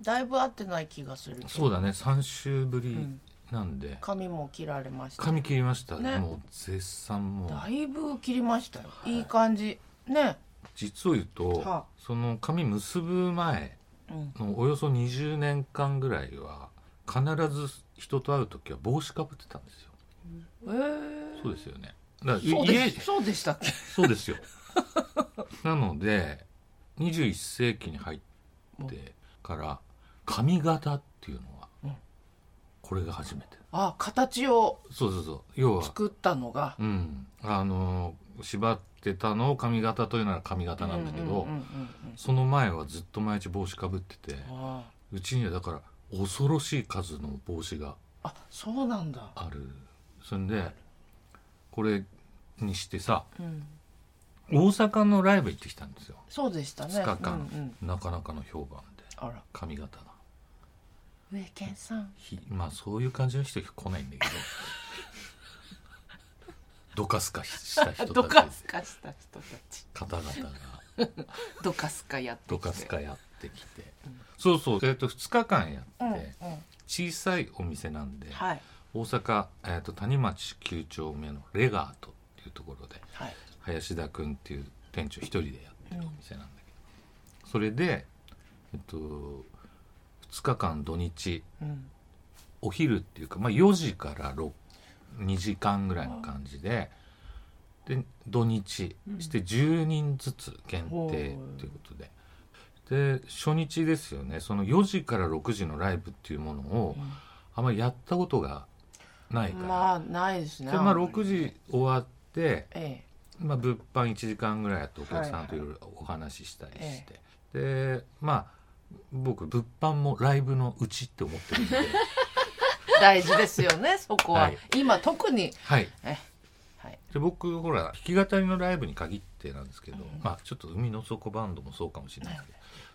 だいぶ会ってない気がするけどそうだね3週ぶうりんなんで、髪も切られました髪切りましたねねもう絶賛もうだいぶ切りましたよいい感じね実を言うと、はあその髪結ぶ前うんのおよそ20年間ぐらいは必ず人と会う時は帽子かぶってたんですよえーそうですよねだからそう家でそうでしたっけそうですよ なので21世紀に入ってから髪型っていうのは、うんこれが初めてあ形をそうそうそう要は作ったのがうんあの縛ってたのを髪型というなら髪型なんだけど、うんうんうんうんその前はずっと毎日帽子かぶっててあうちにはだから恐ろしい数の帽子がーあそうなんだあるそんでこれにしてさうん大阪のライブ行ってきたんですよそうでしたね2日間うんうん、なかなかの評判であら髪型が上健さんひまあそういう感じの人来ないん だけどどかすかした人ドたちカスカした人たち方々がドカスカやってきてどかすかやってきて、うんそうそう、えっと2日間やうん、うって、ん、小さいお店なんで、はい大阪、えっと谷町9丁目のレガートっていうところではい林田君っていう店長一人でやってるお店なんだけど、それで、えっと、2日間土日うんお昼っていうか、まあ、4時から6 2時間ぐらいの感じで。で土日して10人ずつ限定ということで、で初日ですよねその4時から6時のライブっていうものをあんまりやったことがないから、まあないですねでまあんり6時終わって、えまあ、物販1時間ぐらいやってお客さんといはろいいろお話ししたりして、えでまあ僕物販もライブのうちって思ってるんでえ大事ですよねそこは、はい今特にはいえはいで僕ほら弾き語りのライブに限ってなんですけど、まあちょっと海の底バンドもそうかもしれないですけ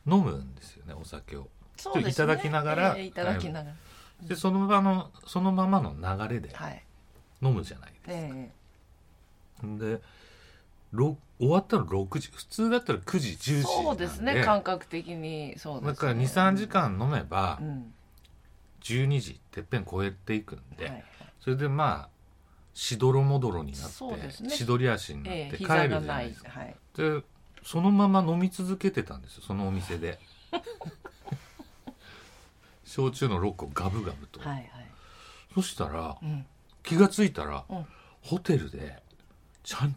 ど、飲むんですよねお酒を。そうですねいただきながらええいただきながらでその場のそのままの流れではい飲むじゃないですかええでろ終わったら6時普通だったら9時10時なんでそうですね感覚的にそうです、ね、だから23時間飲めばうん、 12時てっぺん超えていくんはで、いはい、それでまあしどろもどろになっそうでて、すねしどり足になっええて帰るじ膝ゃがなないいですか、はいでそのまま飲み続けてたんですよそのお 店で焼酎の6個ガブガブと、はいはいそしたらうん気がついたら、うんホテルでちゃん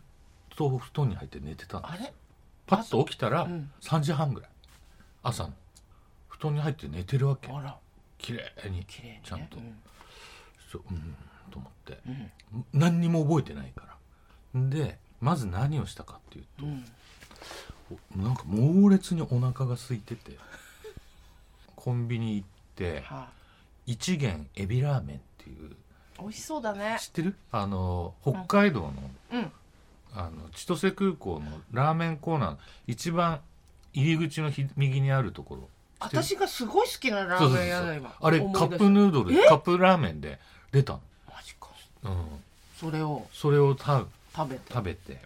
とお布団に入って寝てたんですあれパッと起きたらうん3時半ぐらい朝の布団に入って寝てるわけあら綺麗に綺麗にねちゃんとうんそううんと思ってうん何にも覚えてないからでまず何をしたかっていううんとおなんか猛烈にお腹が空いててコンビニ行っては一元エビラーメンっていうあ、美味しそうだね知ってるあの北海道のうんあの千歳空港のラーメンコーナーの一番入り口のひ右にあるところ知ってる私がすごい好きなラそーうそうメンそ屋うだ今あれカ思い出したップヌードルカップラーメンで出たマジかの、うん、それをそれをた食べて食べて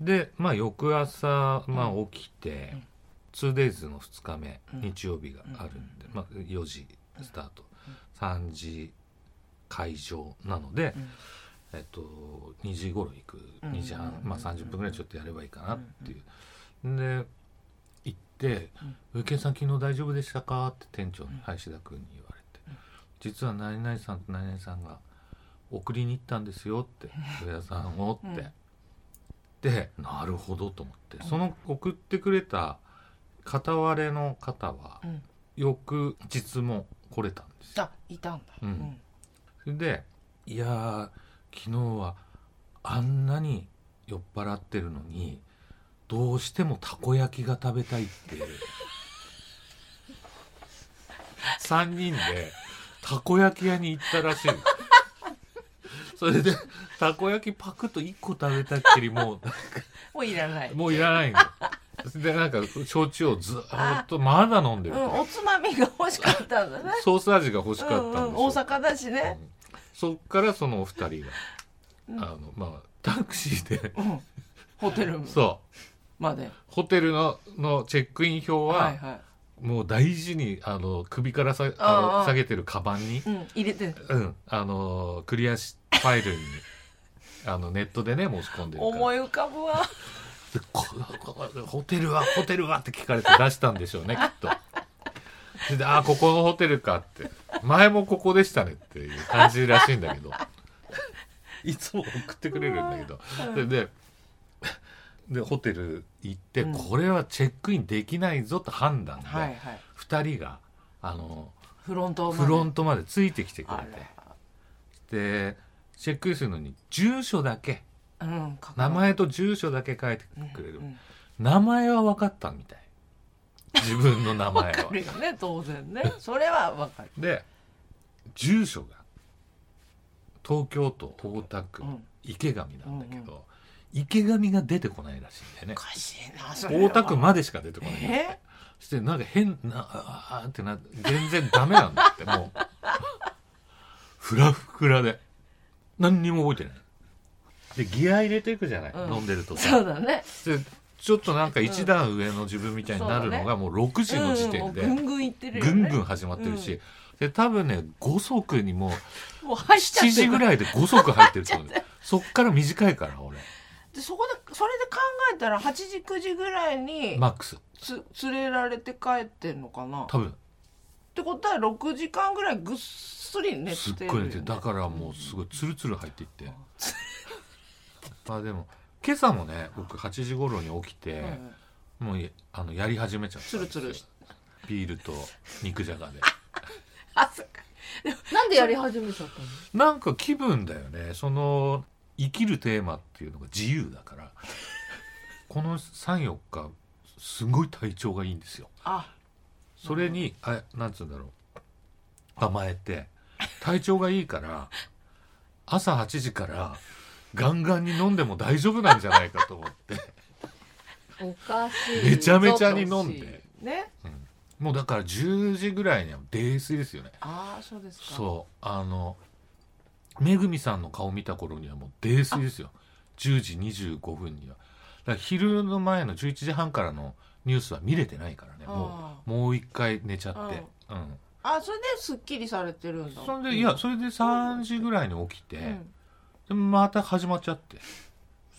でまあ翌朝、まあ、起きて、2days の2日目、うん日曜日があるんで、まあ、4時スタート、3時会場なので、うんえっと、2時頃行くうん2時半、うんまあ、30分ぐらいちょっとやればいいかなっていう、で行って「ウケンさん昨日大丈夫でしたか?」って店長に林田君に言われて「実は何々さんと何々さんが送りに行ったんですよ」って「上田さんを」って。でなるほどと思ってその送ってくれた片割れの方はうん翌日も来れたんですよあいたんだうんそれでいやー昨日はあんなに酔っ払ってるのにどうしてもたこ焼きが食べたいっていう 3人でたこ焼き屋に行ったらしいそれでたこ焼きパクッと1個食べたっきりももういらないうもういらないのそれでなんか焼酎をずーっとまだ飲んでるうん、おつまみが欲しかったんだねソース味が欲しかったんでしょうんうん、大阪だしね、うんそっからそのお二人が、うんあのまあタクシーで うん、ホテルそうまでホテルののチェックイン表は、はいはいもう大事にあの首からさうんあうのん下げてるカバンに、うん、入れてるうん、あのクリアしファイルにあのネットでね申し込んでるから思い浮かぶわでここホテルはホテルはって聞かれて出したんでしょ うねきっと。でああここのホテルかって前もここでしたねっていう感じらしいんだけど いつも送ってくれるんだけどそれででホテル行って、うんこれはチェックインできないぞと判断で、はいはい二2人があのフロントまでフロントまでついてきてくれあて。でチェックインするのに住所だけらうん書く名前と住所だけ書いてくれる、うん名前は分かったみたい自分の名前 わはかるよね当然ねそれはわかるで住所が東京都大田区うん池上なんだけど、池上が出てこないらしいんだよねおかしいなそれは大田区までしか出てこないえしてなんか変なあーってなって全然ダメなんだってもう フラフラで何にも覚えてないでギア入れていくじゃない、うん飲んでるとさそうだねでちょっとなんか一段上の自分みたいになるのがもう6時の時点でうんもうぐんぐんいってるよぐねんぐん始まってるし、で多分ね5足にももう入っちゃって7る時ぐらいで5足入ってると思うそっから短いから俺でそこでそれで考えたら8時9時ぐらいにマックスつ連れられて帰ってんのかなっ多分てことは6時間ぐらいぐっすり寝すってるごよいね寝てだからもうすごいツルツル入っていってあでも今朝もね僕8時頃に起きて、うんもうやあのやり始めちゃったツルツルしビールと肉じゃがであそっかなんでやり始めちゃったのなんか気分だよねその生きるテーマっていうのが自由だからこの34日すごい体調がいいんですよあそれにあなんつうんだろう甘えて体調がいいから朝8時からガンガンに飲んでも大丈夫なんじゃないかと思っておかしいめちゃめちゃに飲んで、ねうんもうだから10時ぐらいには泥酔ですよねああそうですかそうあのめぐみさんの顔見た頃にはもう泥酔ですよ10時25分にはだから昼の前の11時半からのニュースは見れてないからねもあうもう一回寝ちゃってうんあそれですっきりされてるんだそれでいやそれで3時ぐらいに起きて、うんでまた始まっちゃって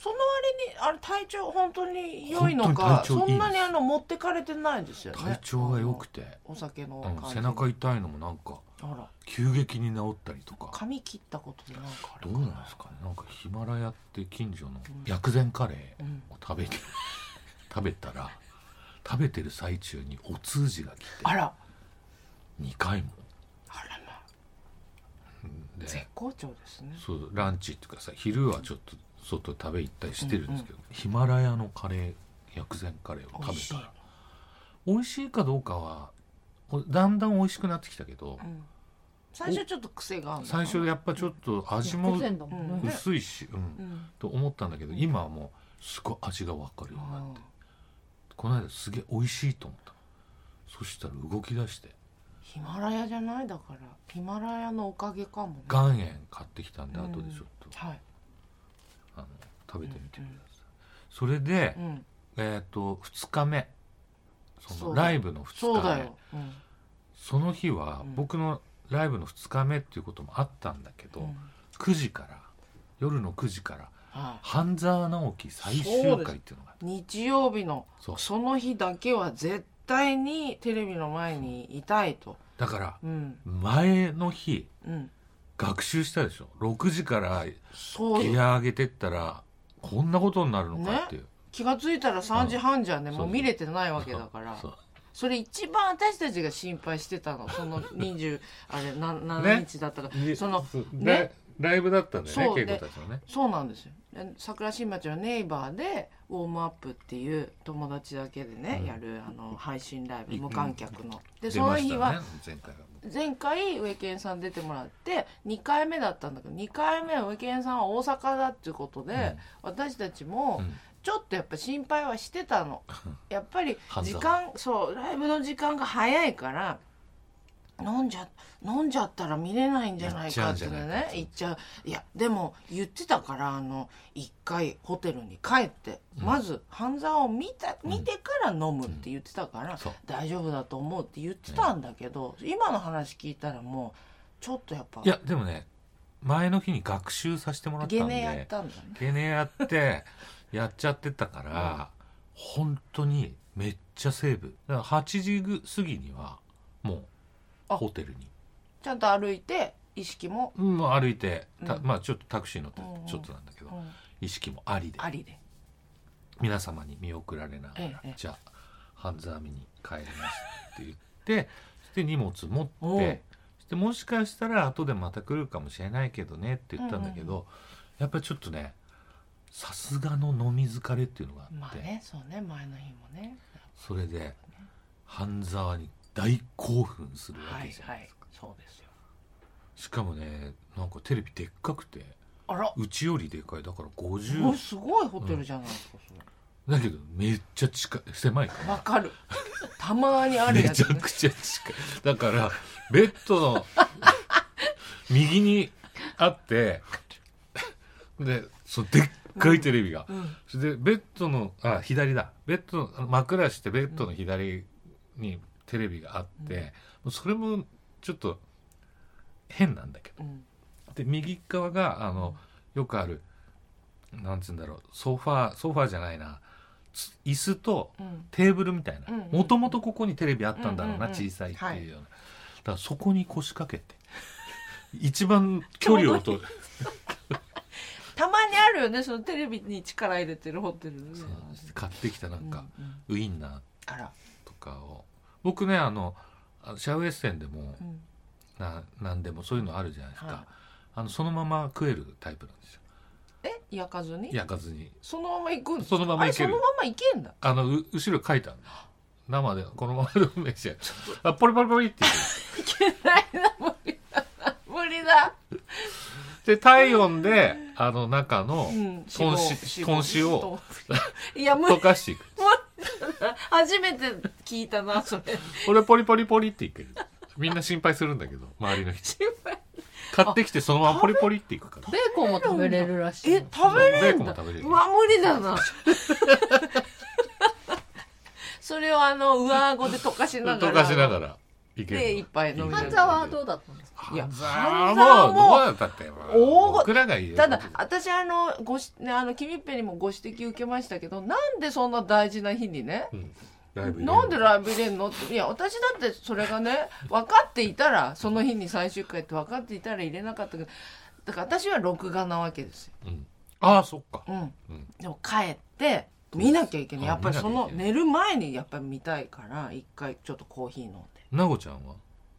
その割にあれ体調本当に良いのか本当に体調いいですそんなにあの持ってかれてないんですよね体調が良くて、あのお酒のうん感じ背中痛いのもなんかあら急激に治ったりとか髪切ったことでなんかあるどうかなんですかねなんかヒマラヤって近所の薬膳カレー、うん食べて食べたら食べてる最中にお通じが来てあら2回もあらまあで絶好調ですねそうランチっていうかさ昼はちょっと外食べ行ったりしてるんですけど、ヒマラヤのカレー薬膳カレーを美味食しべいたら美味しいかどうかはおだんだん美味しくなってきたけどう、ん最初ちょっと癖があるのか最な初やっぱちょっと味も薬膳だもんね、薄いし、うんうんと思ったんだけど今はもうすごい味が分かるようになってこの間すげえ美味しいと思ったそしたら動き出してヒマラヤじゃないだからヒマラヤのおかげかもね岩塩買ってきたんでうん後でちょっと、はいあの食べてみてください、それでう、んえっ、と2日目そそのうだライブの2そう日だ目ようんその日はうん僕のライブの2日目っていうこともあったんだけど、うん9時から夜の9時からは「半沢直樹最そう終です回」っていうのがあっい日曜日のたそうその日だけは絶対にテレビの前にいたいとだからうん前の日うん学習したでしょ6時からそうギよア上げてったらこんなことになるのかっていう、気がついたら3時半じゃんねうんもう見れてないわけだからそうそれ一番私たちが心配してたのその20 あれなね何日だったか、でそのそうねラライブだったんだよねそう稽で古たちのねそうなんですよで桜新町のネイバーでウォームアップっていう友達だけでね、うんやるあの配信ライいブ無観客の、で出そのまし日たはね前回は前回ウエケンさん出てもらって2回目だったんだけど2回目はウエケンさんは大阪だっていうことで、うん私たちもうんちょっとやっぱ心配はして たのやっぱり半時沢間そうライブの時間が早いから飲んじゃ飲んじゃったら見れないんじゃないかってね言言っっちゃういやでも言ってたからあの一回ホテルに帰って、うんまず半沢を見たうん見てから飲むって言ってたから、そう大丈夫だと思うって言ってたんだけど、今の話聞いたらもうちょっとやっぱいやでもね前の日に学習させてもらったゲんネやっでたんだねゲネやってやっちゃってたから、本当にめっちゃセーブだから8時ぐ過ぎにはもうあホテルにちゃんと歩いて意識も、うんもう歩いて、たうんまあちょっとタクシー乗ってうんうんちょっとなんだけど、うん意識もありでありで皆様に見送られながら、ええじゃあ半沢見に帰りますって言って そして荷物持っておうそしてもしかしたら後でまた来るかもしれないけどねって言ったんだけど、うんやっぱりちょっとねさすがの飲み疲れっていうのがあって、まあねそうね前の日もねそれで半沢に大興奮するわはけいじゃん、はいそうですよしかもねなんかテレビでっかくてあらうちよりでかいだからもう50すごいホテルじゃないですかそれだけどめっちゃ近い狭いからわかる。たまにあるめやつちゃね。くちゃ近いだからベッドの右にあってでそうでっかいテレビが、うんそれでベッドのあ左だベッドの枕してベッドの左にテレビがあって、もうそれもちょっと変なんだけどうんで右側があのよくあるなんつうんだろうソファーソファーじゃないなつ椅子とうんテーブルみたいなうんうんもともとここにテレビあったんだろうな、うんうんうん小さいっていうような、だからそこに腰掛けて 一番距離を取るたまにあるよね、そのテレビに力入れてるホテルね。そう買ってきたなんか、うんうんウインナーあら、とかを僕ねあのあシャウエッセンでも、うんななんでもそういうのあるじゃないですか、はいあのそのまま食えるタイプなんですよえ、焼かずに焼かずにそのまま行くんですそのままいけるあれそのまま行けんだ。あのう後ろ書いてあるの生でこのままでお召し上がり あポリポリポリって言っていけないな、無理だな。無理だ。で体温であの中のうん豚脂,、脂肪豚脂を。脂 肪いや、無溶理。かしていく初めて聞いたな、それ。俺ポリポリポリっていくよみんな心配するんだけど周りの人心配買ってきてそのままポリポリっていくからベーコンも食べれるらしいえ、食べれベーんコンもだ。食べれるうわ、無理だ な。それをあの、上顎で溶かしなが溶ら。かしながらいけるで一杯飲みながら半沢はどうだったんですかいや半半沢沢ははももううどうだったって大ご僕らが言うただ私あのごしねあの君っぺにもご指摘受けましたけどなんでそんな大事な日にねうんなんでイライブ入れんのっていや私だってそれがね分かっていたらその日に最終回って分かっていたら入れなかったけどだから私は録画なわけですよ、ブうんああそっかうんうんでも帰って見なきゃいけないあやっぱりその見なきゃいけない寝る前にやっぱり見たいから一回ちょっとコーヒー飲んでなごちゃんは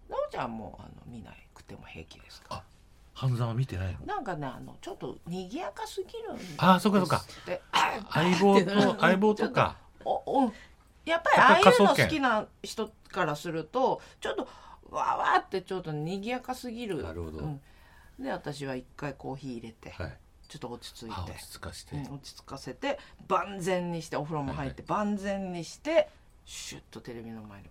なおちゃんはもうあの見なくても平気ですか半沢見てないのなんかねあのちょっと賑やかすぎるんですってああそっかそっかで相棒 と相棒とかおおやっぱりやあっぱりあ科いうの捜好研きな人からするとちょっとわわってちょっと賑やかすぎるなるほどうんで私は一回コーヒー入れて、はいちょっと落ち着いてあ落ち着かしてうん落ち着かせて万全にしてお風呂も入って万全にしてシュッとテレビの前に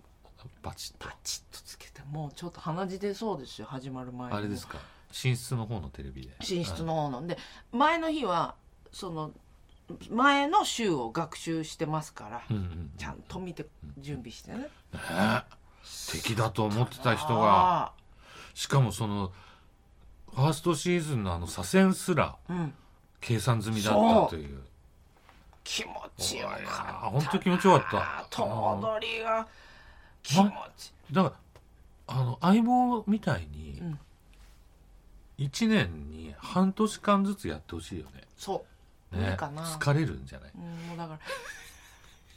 バチッとパチッとつけてもうちょっと鼻血出そうですよ始まる前にあれですか寝室の方のテレビで寝室の方なんで前の日はその前の週を学習してますから、うんうんうんちゃんと見て準備してねねえ敵だと思ってた人がしかもそのファーストシーズンのあの左遷すらあーうん計算済みだったという気持ちよかったあ本当気持ちよかった頭取りが気持ちだからあの相棒みたいにうん1年に半年間ずつやってほしいよそう、ねいねいかな疲れるんじゃないうんもうだから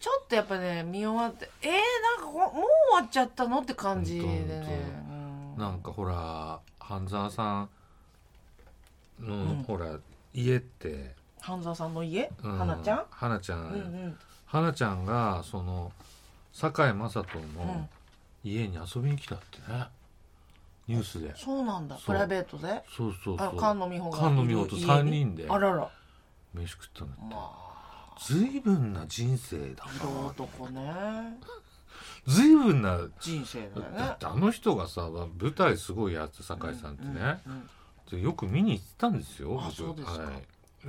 ちょっとやっぱね見終わってえー、なんかこもう終わっちゃったのって感じで本当ね本、うんなんかほら半沢さんの、うんほら家って、半沢さんの家、う花ちゃん、花ちゃん、うんうん花ちゃんがその堺雅人うんの家に遊びに来たってね、ニュースでそうなんだそうプライベートでそうそうそあう菅野美穂が菅野美穂といる3人であらら飯食ったんだってまあ随分な人生だな色男ね随分な人生だよだねってあの人がさ舞台すごいやつ酒井さんってね、うんうんでよく見に行ってたんですよ。あ僕そうですかはい、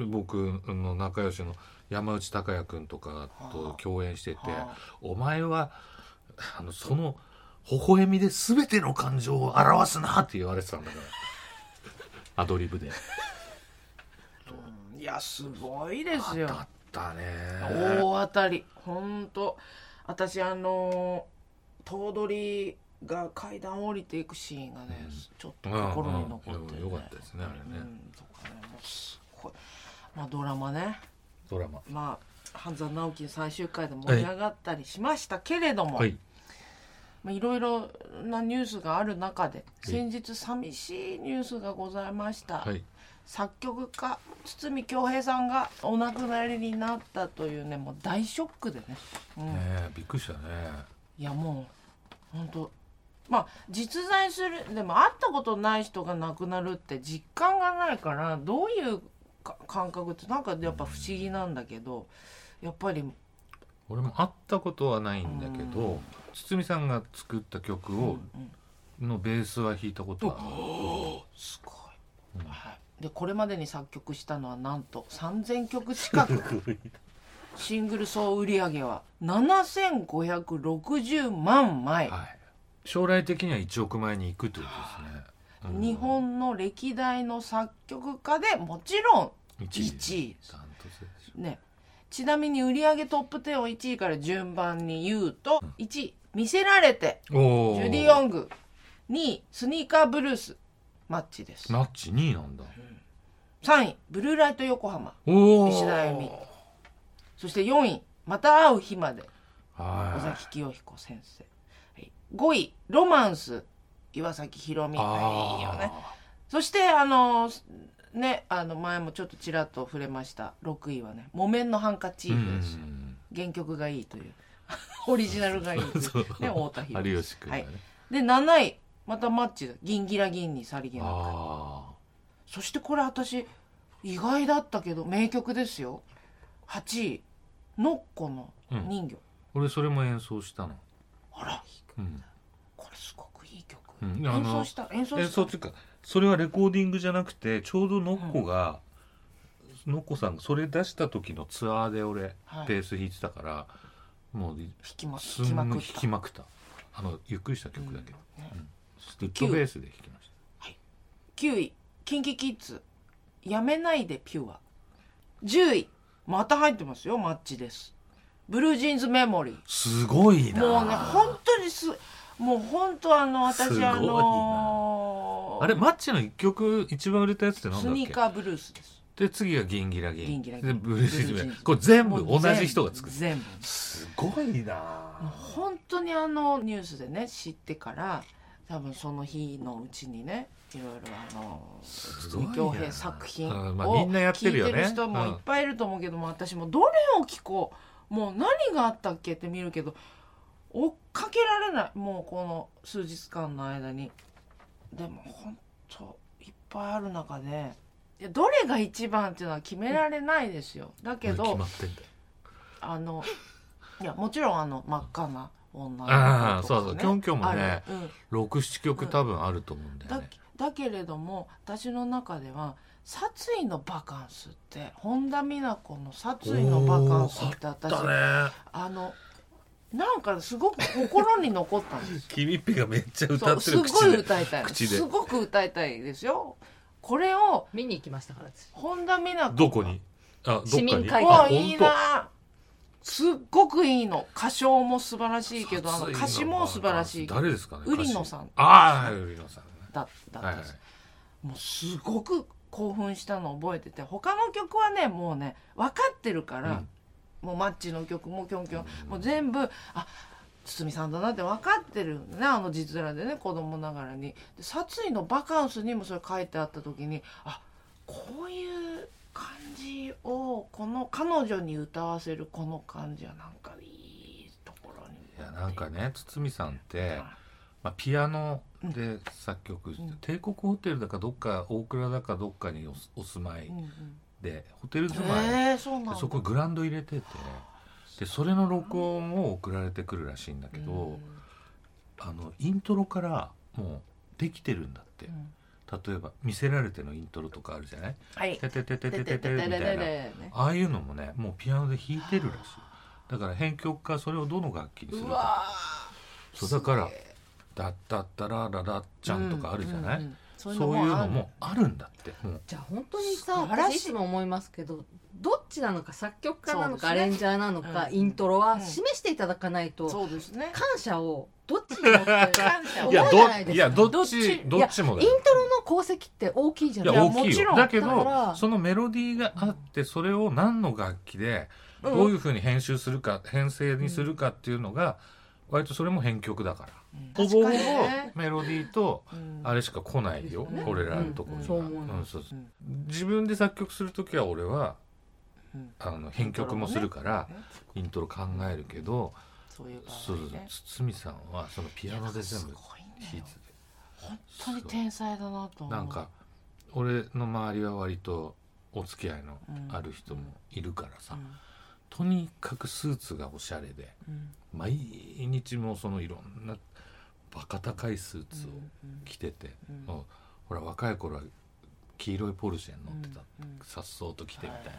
僕の仲良しの山内孝也君とかと共演しててはあ「お前はあのその微笑みで全ての感情を表すな」って言われてたん だからアドリブで。うんいやすごいですよだったね。大当たりほんと私あのー頭取が階段降りていくシーンがね、うんちょっと心に残ってる、うんうんよかったですねあれねうんとかねもうすごいまあドラマねドラマ。まあ半沢直樹最終回で盛り上がったりしましたけれども、はい。まあ、いろいろなニュースがある中でい先日寂しいニュースがございました、はい。作曲家堤恭平さんがお亡くなりになったというねもう大ショックでね、うんねえびっくりしたね。いやもう本当まあ実在するでも会ったことない人が亡くなるって実感がないからどういうか感覚ってなんかやっぱ不思議なんだけどやっぱり俺も会ったことはないんだけうど、堤さんが作った曲をうんのベースは弾いたことはある。すごうんい、はい、でこれまでに作曲したのはなんと3,000曲近くシングル総売り上げは7560万枚、はい、将来的には1億枚に行くということですね、うん日本の歴代の作曲家でもちろん一1位ダントツですね、ちなみに売上トップ10を1位から順番に言うと、1位「見せられて」おジーュディ・オング2位「スニーカーブルース」マッチですナッチ2位なんだ3位「ブルーライト横浜おお石田亜由美」そして4位「また会う日まで」尾は崎清彦先生はい5位「ロマンス」岩崎宏い美あはいーいいよねそしてあのねあの前もちょっとちらっと触れました6位はね「木綿のハンカチうーフ」です、ん原曲がいいという オリジナルがいいというそうね太田博有吉君がね、で7位またマッチだ「銀ギラ銀にさりげなくあ」そしてこれ私意外だったけど名曲ですよ8位「ノッコの人魚」あ俺それも演奏したの、あらうんこれすごくいい曲、うんあ演の奏した演奏えしたそうっていうかそれはレコーディングじゃなくてちょうどノッコが、ノッコさんがそれ出した時のツアーで俺、はいベース弾いてたからもう弾きますす弾きんまごくい弾っきまくったあのゆっくりした曲だけど、うんねずっとベースで弾きました9位「キンキキッズ」「やめないでピュア」10位また入ってますよマッチです「ブルージーンズメモリー」たすごいなもうね本当にすもう本当あのすご私いなあのあれマッチの一曲一番売れたやつってなんスだっニーけカーブルースですで次がギンギラギンギンギラギンでブルーシーズブルーシメーズこれ全も部う同全部じ人が作る全部すごいな本当にあのニュースでね知ってから多分その日のうちにねいろいろあのすごいな恭平作品うをんまあみんなやってるよね聞いてる人もいっぱいいると思うけども、私もどれを聞こうもう何があったっけって見るけど追っかけられないもうこの数日間の間にでも本当いっぱいある中でいやどれが一番っていうのは決められないですよだけど、決まってんだよあの いやもちろんあの真っ赤な女の子とかねああそうそうキョンキョンもねあるうん67曲多分あると思うんだよだねだけれども私の中では殺意のバカンスって本田美奈子の殺意のバカンスって私あ,、だねのなんかすごく心に残ったんです君っぺがめっちゃ 歌そうってするご口いで歌いたい口ですごく歌いたいですよこれを見に行きましたから私本田美奈子どこにあどっ市か民に会おあーいい本当なすっごくいいの歌唱も素晴らしいけどあの歌詞も素晴らしいけど誰ですかねウリノさん歌手ああウリノさんねだだったはいんはでいす、もうすごく興奮したのを覚えてて他の曲はねもうね分かってるから、もうマッチの曲もキョンキョン、もう全部あ堤さんだなって分かってるねあの実面でね子供ながらにで殺意のバカンスにもそれ書いてあった時にあこういう感じをこの彼女に歌わせるこの感じはなんかいいところにいやなんかね堤さんって、まあ、ピアノで作曲して、うん帝国ホテルだかどっか大倉だかどっかにおすお住まいうんうんで、ホテル住まい、えー、そうなんだそこグランド入れててでそれの録音を送られてくるらしいんだけど、あのイントロからもうできてるんだって、うん例えば見せられてのイントロとかあるじゃないはい「ててててててて」みたいなああいうのもねもうピアノで弾いてるらしいだから編曲家それをどの楽器にするうかわそうだから「だったったらららっちゃん」とかあるじゃない、そそういうのもあるんだってもうじゃあ本当にさ素晴らしい私いつも思いますけどどっちなのか作曲家なのかそアうですねレンジャーなのか、うんイントロうはん示していただかないと、そうですね感謝をどっちに持 って感謝をいいややどじゃないですかいやどっどっちちどっちもだインよトロの功績って大きいじゃいなやいいや大きいもちろよんだけだからどそのメロディーがあってそれを何の楽器でうんどういうふうに編集するか編成にするかっていうのが割とそれも編曲だからほぼほぼ確かにねメロディーとうんあれしか来ないようん俺らのとこうんにそうは思いますうんそうそう自分で作曲する時は俺はうんあの編曲もするからねイントロ考えるけどそういう場合ねそうそう堤さんはそのピアノで全い部やす弾ごいいんだててよ本当に天才だなと思うなんか俺の周りは割とお付き合いのある人もいるからうさ、んとにかくスーツがおしゃれでうん毎日もうそのいろんなバカ高いスーツをうん着てて、うんもうほら若い頃は黄色いポルシェに乗ってた、うんうんさっそうと着てみたいな、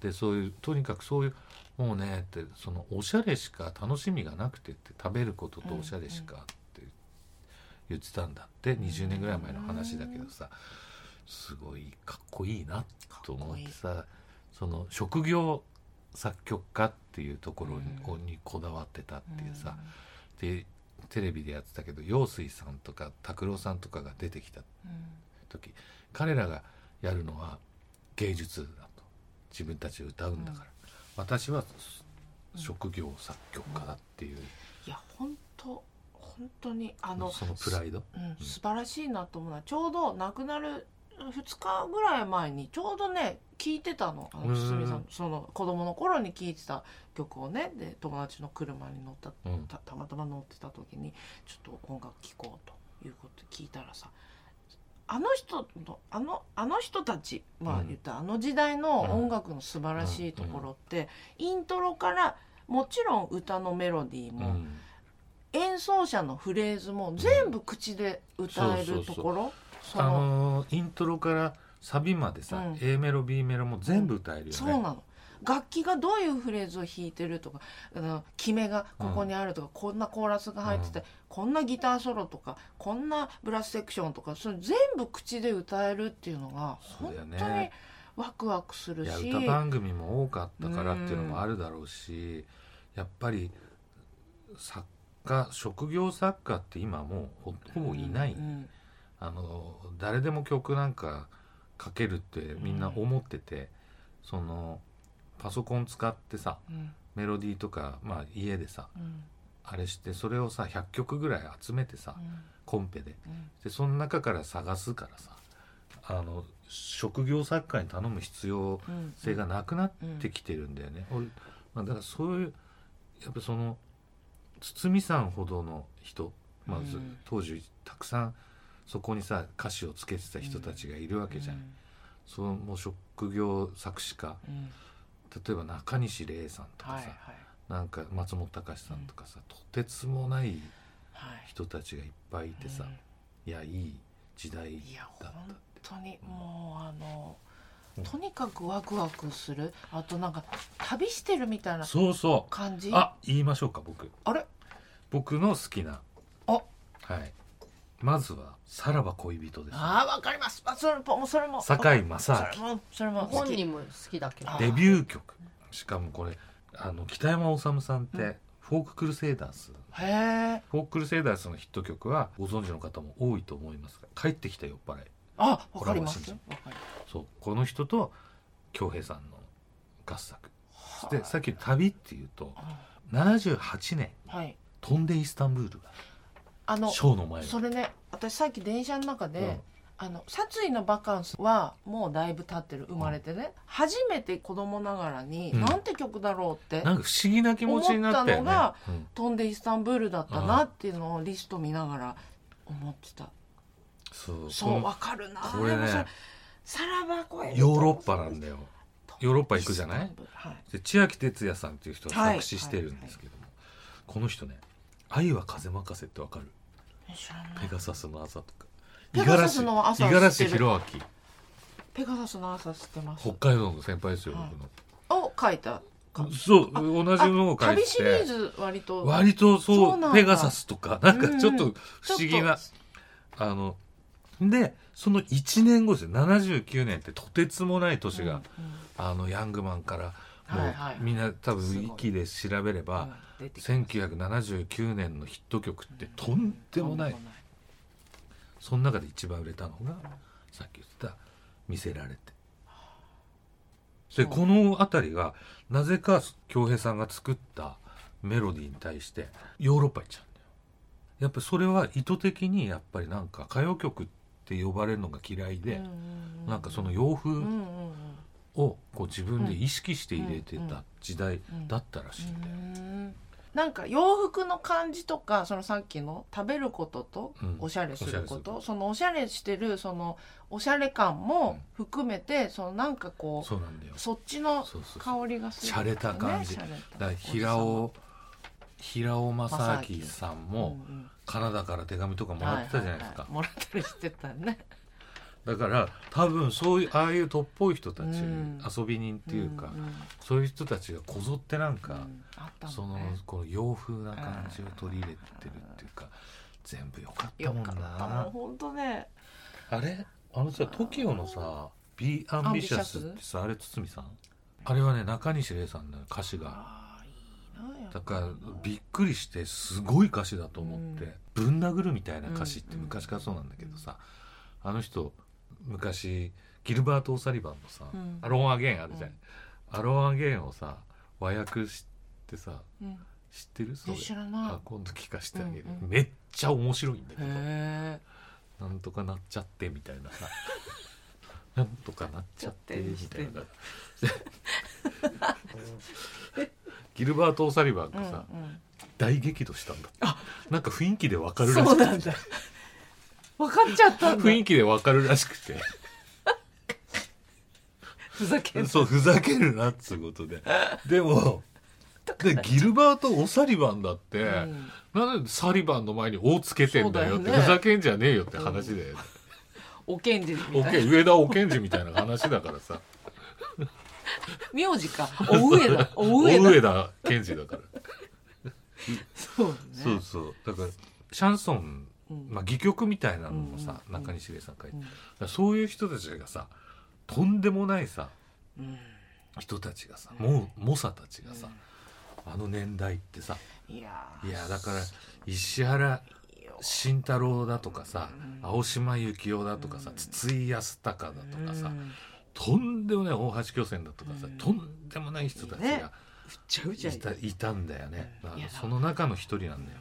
でそういうとにかくそういうもうねってそのおしゃれしか楽しみがなくてって食べることとおしゃれしかって言ってたんだって、20年ぐらい前の話だけどさすごいかっこいいなと思ってさその職業作曲家っていうところに,、にこだわってたっていうさ、でテレビでやってたけど陽水さんとか拓郎さんとかが出てきたうん時彼らがやるのは芸術だと自分たちで歌うんだから、私は職業作曲家だっていう、いや本当本当にあのそのプライドうん、素晴らしいなと思うのはちょうど亡くなる2日ぐらい前にちょうどね聞いてたのあうのん堤さんその子供の頃に聴いてた曲をねで友達の車に乗ったうんたたまたま乗ってた時にちょっと音楽聴こうということ聞いたらさあの人のあのあの人たちまうあん言ったらあの時代の音楽の素晴らしいところってイントロからもちろん歌のメロディーうもん演奏者のフレーズも全部口で歌えそうるそうそとうころそあののーイントロからサビまでさ、うん A メロ B メロも全部歌えるよね、そうなの楽器がどういうフレーズを弾いてるとかあの決めがここにあるとか、こんなコーラスが入ってて、うこんなギターソロとかこんなブラスセクションとかそれ全部口で歌えるっていうのがそう本だ当よにねワクワクするいしや歌番組も多かったからっていうのもあるだろうし、やっぱり作家職業作家って今もうほほぼいない、うんあの誰でも曲なんか書けるってみんな思ってて、そのパソコン使ってさうんメロディーとか、まあ、家でさうんあれしてそれをさ100曲ぐらい集めてさ、うんコンペでうんでその中から探すからさあの職業作家に頼む必要うん性がなくなってきてるんだよね。俺まあ、だからそういうやっぱその堤さんほどの人、まあずうん当時たくさんそこにさ歌詞をつけてた人たちがいるわけじゃん、そのもう職業作詞家うんうん例えば中西礼さんとかさ、はいはいなんか松本隆さんとかさ、とてつもないはい人たちがいっぱいいてさ、うんいやいい時代いやだ本ったって。当にもうあのうんとにかくワクワクするあとなんか旅してるみたいなそうそう感じあ言いましょうか僕あれ僕の好きなあはいまずは「さらば恋人」ですあーわかりますあそれももうそれも堺正それ明もそれも好本き人も好きだけどあデビュー曲しかもこれあの北山治さんっうんてフォーククルセイダース、へえフォーククルセイダースのヒット曲はご存知の方も多いと思いますが「帰ってきた酔っ払いあわかりまコすラよわかり」そうこの人と恭平さんの合作ますでさっき「旅」っていうと78年はい「飛んでイスタンブール」あがのショーの前それね私さっき電車の中で、うんあの殺意のバカンスはもうだいぶ経ってる生まれてね、初めて子供ながらに、うんなんて曲だろうってなんか不思議な気持ちになったよ思ったのねがうん飛んでイスタンブールだったなっていうのをリスト見ながら思ってた、そうそうこわかるなこれでもそねさらば声のヨーロッパなんだよ飛ヨーロッパ行くじゃないはいで千秋哲也さんっていう人が作詞してるんですけども、この人ね「愛は風任せ」ってわかる知らない「ペガサスの朝」とかペガサスの朝五十嵐知ってる弘明ペガサスの朝知ってます北海道の先輩ですよ、はい僕のを書いたかそうあ同じのを書い旅てシリーてズ割と割とそうそうなんだペガサスとかなんかちょっうとん不思議な、あのでその1年後ですよ79年ってとてつもない年が、あのヤングマンからもう、はいはいみんな多す分ごい息で調べれば、1979年のヒット曲ってとんでもない、その中で一番売れたのがさっき言ってた「見せられて」そでうこの辺りがなぜか恭平さんが作ったメロディーに対してヨーロッパ行っちゃうんだよやっぱそれは意図的にやっぱりなんか歌謡曲って呼ばれるのが嫌いで、なんかその洋風をこう自分で意識して入れてた時代だったらしいんだよ、なんか洋服の感じとかそのさっきの食べることとうんおしゃれすること、おしゃそのおしゃれしてるそのおしゃれ感も含めて、そのなんかこうそうなんだよそっちのそうそうそう香りがする、洒落た感じ洒落ただから平尾平尾正明さんうんうもんカナダから手紙とかもらってたじゃないですか、はははもらったりしてたねだから多分そういうああいうとっぽい人たち、うん遊び人っていうか、んんそういう人たちがこぞってなんか、うんあったそもんのねこの洋風な感じを取り入れてるっていうか全部良かったよもんかったもんな本当ねあれあのさ TOKIO のさ「b アンビシャスってさあれ堤さんあれはね中西礼さんの歌詞が。あーいいなやっぱだからびっくりしてすごい歌詞だと思ってぶん殴るみたいな歌詞ってうん昔からそうなんだけどさあの人昔ギルバート・オサリバンのさうん「アロン・アゲイン」あるじゃうんん「アロン・アゲイン」をさ和訳してさうん知ってるそえれ知らないあ今度聞かしてあげるうんうんめっちゃ面白いんだけどへえ「なんとかなっちゃって」みたいなさ 「なんとかなっちゃって」み たいな ギルバート・オサリバンがさ、大激怒したんだあなんか雰囲気でわかるらそうしなんくだて分かっちゃったんだ雰囲気でわかるらしくてふざけんなそうふざけるなっつうこ とででもでギルバート・オサリバンだって、うんなんでサリバンの前に「お」つけてんだよっそうてだよねふざけんじゃねえよって話で、おけんじオみッたケいー上田おけんじみたいな話だからさな名字かお上だお 上だ上田健二だから、そうねそうそうだからシャンソン、うんまあ、戯曲みたいなのもさ、うんうんうん中西礼さん書いて、うんだからそういう人たちがさとんでもないさうん人たちがさ、もう猛者たちがさ、あの年代ってさいやいやだから石原いいよ慎太郎だとかさ、青島幸男だとかさ、筒井康隆だとかさ、うんとんでもない大橋巨泉だとかさ、うんとんでもない人たちいいねがうっちゃういちゃいたいたんだよね、うんあのいやその中の一人なんだよ、